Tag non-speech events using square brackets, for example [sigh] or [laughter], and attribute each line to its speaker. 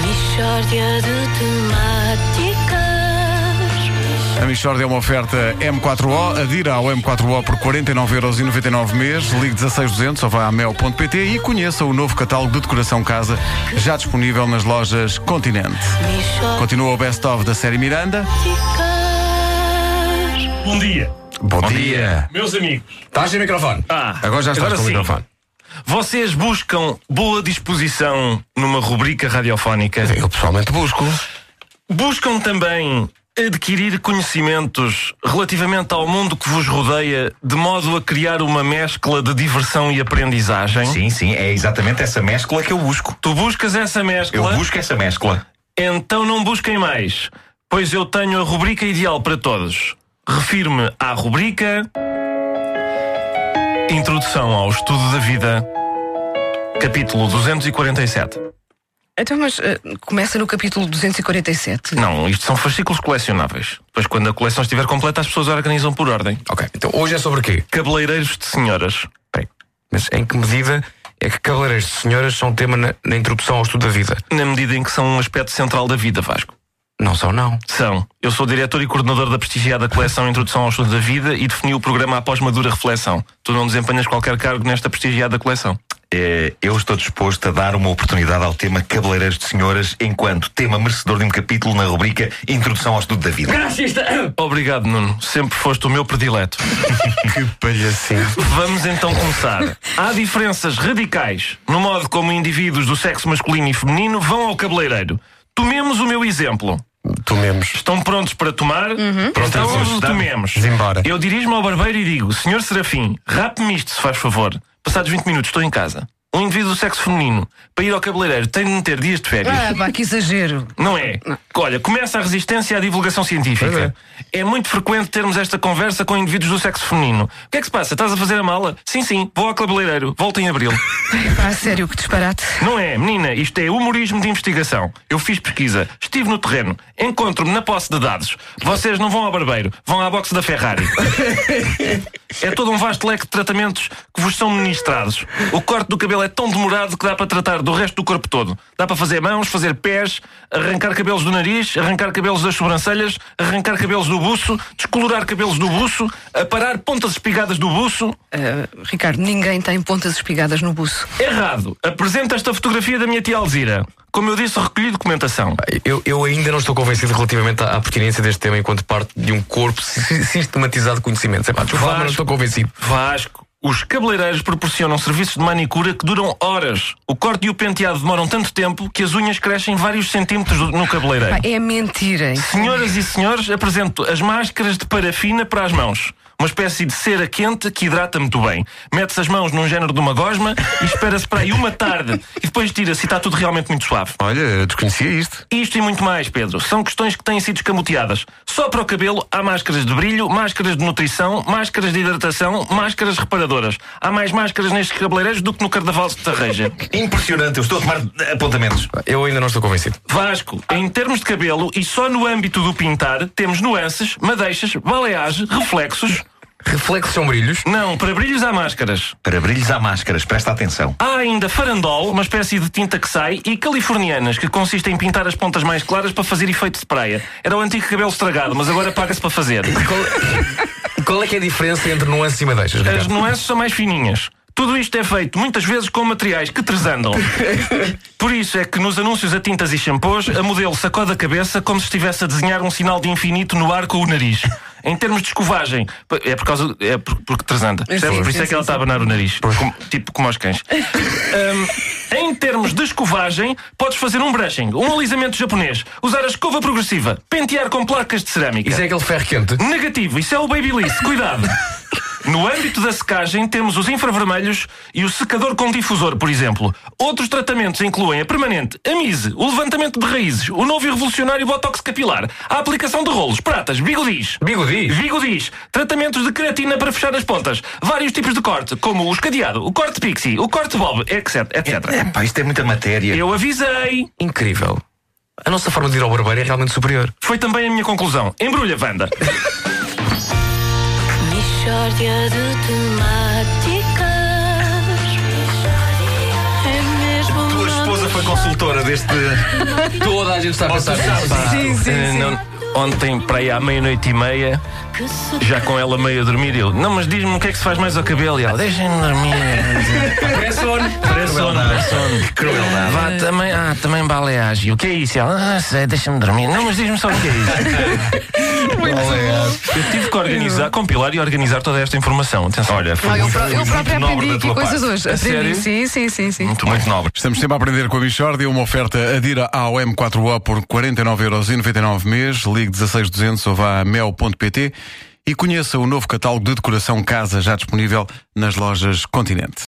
Speaker 1: Mixórdia de temáticas.
Speaker 2: A Michord é uma oferta M4O. Adira ao M4O por 49,99€ mês. Ligue 16200 ou vá a mel.pt e conheça o novo catálogo de decoração casa já disponível nas lojas Continente.
Speaker 1: Mixórdia
Speaker 2: Continua o Best of da série Miranda.
Speaker 1: de temáticas.
Speaker 3: Bom dia,
Speaker 4: Bom, dia.
Speaker 3: meus amigos.
Speaker 2: Tá,
Speaker 4: Estás sem microfone?
Speaker 3: Ah,
Speaker 4: Agora já estás
Speaker 3: agora
Speaker 4: com o
Speaker 3: sim.
Speaker 4: microfone.
Speaker 3: Vocês buscam boa disposição numa rubrica radiofónica.
Speaker 4: Eu pessoalmente busco.
Speaker 3: Buscam também adquirir conhecimentos relativamente ao mundo que vos rodeia, de modo a criar uma mescla de diversão e aprendizagem.
Speaker 5: Sim, sim, é exatamente essa mescla que eu busco.
Speaker 3: Tu buscas essa
Speaker 5: Eu
Speaker 3: mescla,
Speaker 5: busco essa mescla.
Speaker 3: então não busquem mais, pois eu tenho a rubrica ideal para todos. Refiro-me à rubrica Introdução ao Estudo da Vida, capítulo 247.
Speaker 6: Então, mas eh, começa no capítulo 247.
Speaker 3: Não, isto são fascículos colecionáveis. Pois quando a coleção estiver completa, as pessoas organizam por ordem.
Speaker 4: Ok, então hoje é sobre o quê?
Speaker 3: Cabeleireiros de senhoras.
Speaker 4: Peraí, Mas em que medida é que cavaleiros de senhoras são tema na, na introdução ao estudo da vida?
Speaker 3: Na medida em que são um aspecto central da vida, Vasco.
Speaker 4: Não são, não.
Speaker 3: São. Eu sou diretor e coordenador da prestigiada coleção Introdução ao Estudo da Vida e defini o programa após uma dura reflexão. Tu não desempenhas qualquer cargo nesta prestigiada coleção.
Speaker 5: Eh, Eu estou disposto a dar uma oportunidade ao tema Cabeleireiros de Senhoras enquanto tema merecedor de um capítulo na rubrica Introdução ao Estudo da Vida.
Speaker 3: Obrigado, Nuno. Sempre foste o meu predileto.
Speaker 2: Que palhacinho.
Speaker 3: Vamos então começar. Há diferenças radicais no modo como indivíduos do sexo masculino e feminino vão ao cabeleireiro. Tomemos o meu exemplo.
Speaker 4: Tomemos.
Speaker 3: Estão prontos para tomar? Então
Speaker 4: Prontos,
Speaker 3: vamos tomemos.
Speaker 4: Embora.
Speaker 3: Eu dirijo-me ao barbeiro e digo: Senhor Serafim, rape-me isto, se faz favor. Passados 20 minutos, estou em casa. Um indivíduo do sexo feminino, para ir ao cabeleireiro, tem de meter dias de férias.
Speaker 6: Ah, pá, que exagero.
Speaker 3: Não é? Olha, começa a resistência à divulgação científica. É. muito frequente termos esta conversa com indivíduos do sexo feminino. O que é que se passa? Estás a fazer a mala? Sim, sim, vou ao cabeleireiro. Volto em abril.
Speaker 6: Pá, sério, que disparate.
Speaker 3: Não é, menina, isto é humorismo de investigação. Eu fiz pesquisa, estive no terreno, encontro-me na posse de dados. Vocês não vão ao barbeiro, vão à boxe da Ferrari. é todo um vasto leque de tratamentos que vos são ministrados. O corte do cabelo é tão demorado que dá para tratar do resto do corpo todo. Dá para fazer mãos, fazer pés, arrancar cabelos do nariz, arrancar cabelos das sobrancelhas, arrancar cabelos do buço, descolorar cabelos do buço, aparar pontas espigadas do buço.
Speaker 6: Ah, Ricardo, ninguém tem pontas espigadas no buço.
Speaker 3: Errado. Apresenta esta fotografia da minha tia Alzira. Como eu disse, recolhi documentação.
Speaker 4: Eu, eu ainda não estou convencido relativamente à, à pertinência deste tema enquanto parte de um corpo si- sistematizado de conhecimentos. É pá, desculpa, lá, mas não
Speaker 3: Vasco.
Speaker 4: estou convencido.
Speaker 3: Vasco, os cabeleireiros proporcionam serviços de manicura que duram horas. O corte e o penteado demoram tanto tempo que as unhas crescem vários centímetros do- no
Speaker 6: Pá,
Speaker 3: cabeleireiro.
Speaker 6: é mentira.
Speaker 3: Senhoras e senhores, apresento as máscaras de parafina para as mãos. Uma espécie de cera quente que hidrata muito bem. Mete-se as mãos num género de uma gosma e espera-se para aí uma tarde. E depois tira-se e está tudo realmente muito suave.
Speaker 2: Olha, desconhecia isto.
Speaker 3: Isto e muito mais, Pedro, são questões que têm sido escamoteadas. Só para o cabelo há máscaras de brilho, máscaras de nutrição, máscaras de hidratação, máscaras reparadoras. Há mais máscaras nestes cabeleireiros do que no Carnaval de Tarreja.
Speaker 5: Impressionante, eu estou a tomar eh, apontamentos.
Speaker 4: Eu ainda não estou convencido.
Speaker 3: Vasco, em termos de cabelo e só no âmbito do pintar, temos nuances, madeixas, baleagem, reflexos.
Speaker 4: Reflexos são brilhos.
Speaker 3: Não, para brilhos há máscaras.
Speaker 5: Para brilhos há máscaras, presta atenção.
Speaker 3: Há ainda farandol, uma espécie de tinta que sai, e californianas, que consiste em pintar as pontas mais claras para fazer efeito de praia. Era o antigo cabelo estragado, mas agora paga-se para fazer.
Speaker 4: Qual, qual é que é a diferença entre nuances e madeixas,
Speaker 3: As
Speaker 4: Ricardo?
Speaker 3: nuances são mais fininhas. Tudo isto é feito muitas vezes com materiais que tresandam. Por isso é que nos anúncios a tintas e shampoos, a modelo sacode a cabeça como se estivesse a desenhar um sinal de infinito no ar com o nariz. Em termos de escovagem, é por causa é por- porque tresanda. Percebes? Por isso é que ela está a abanar o nariz, como- tipo como aos cães. Hum, em termos de escovagem, podes fazer um brushing, um alisamento japonês, usar a escova progressiva, pentear com placas de cerâmica.
Speaker 4: Isso é aquele ferro quente.
Speaker 3: Negativo, isso é o Babyliss, cuidado. No âmbito da secagem, temos os infravermelhos e o secador com difusor, por exemplo. Outros tratamentos incluem a permanente, a mise, o levantamento de raízes, o novo e revolucionário botox capilar, a aplicação de rolos, pratas, bigodis.
Speaker 4: Bigodis?
Speaker 3: Bigodis, tratamentos de creatina para fechar as pontas, vários tipos de corte, como o escadeado, o corte pixie, o corte bob, etc, etc.
Speaker 5: Epá, isto é muita matéria.
Speaker 3: Eu avisei!
Speaker 4: Incrível. A nossa forma de ir ao barbeiro é realmente superior.
Speaker 3: Foi também a minha conclusão. Embrulha, Wanda.
Speaker 1: Mixórdia de temáticas. É mesmo
Speaker 5: Tua
Speaker 1: uma
Speaker 5: esposa foi consultora altura deste.
Speaker 4: Toda a gente está a pensar nisso.
Speaker 6: Sim, sim,
Speaker 3: Eh,
Speaker 6: sim.
Speaker 3: não- Ontem para aí à meia-noite e meia, já com ela meio a dormir, eu, não, mas diz-me o que é que se faz mais ao cabelo? E ela, deixem-me dormir. Parece sono. Parece sono, parece sono.
Speaker 5: Crueldade.
Speaker 3: Vá, também, ah, também baleagem. O que é isso? E Ela, ah, sei, deixa-me dormir. Não, mas diz-me só o que é isso. [laughs] Eu tive que organizar, compilar e organizar toda esta informação. Atenção.
Speaker 5: Olha, foi
Speaker 6: Olha, eu,
Speaker 5: muito,
Speaker 6: pró-
Speaker 5: foi
Speaker 6: eu
Speaker 5: muito
Speaker 6: próprio
Speaker 5: nobre
Speaker 6: aprendi
Speaker 5: da
Speaker 6: aqui
Speaker 5: tua
Speaker 6: coisas
Speaker 5: parte.
Speaker 6: hoje.
Speaker 3: A sério?
Speaker 6: Aprendi, sim, sim, sim, sim.
Speaker 5: Muito, muito nobre.
Speaker 2: Estamos sempre a aprender com a Michord e uma oferta adira ao M4O por 49,99€ mês, ligue 16200 ou vá a mel.pt e conheça o novo catálogo de decoração casa já disponível nas lojas Continente.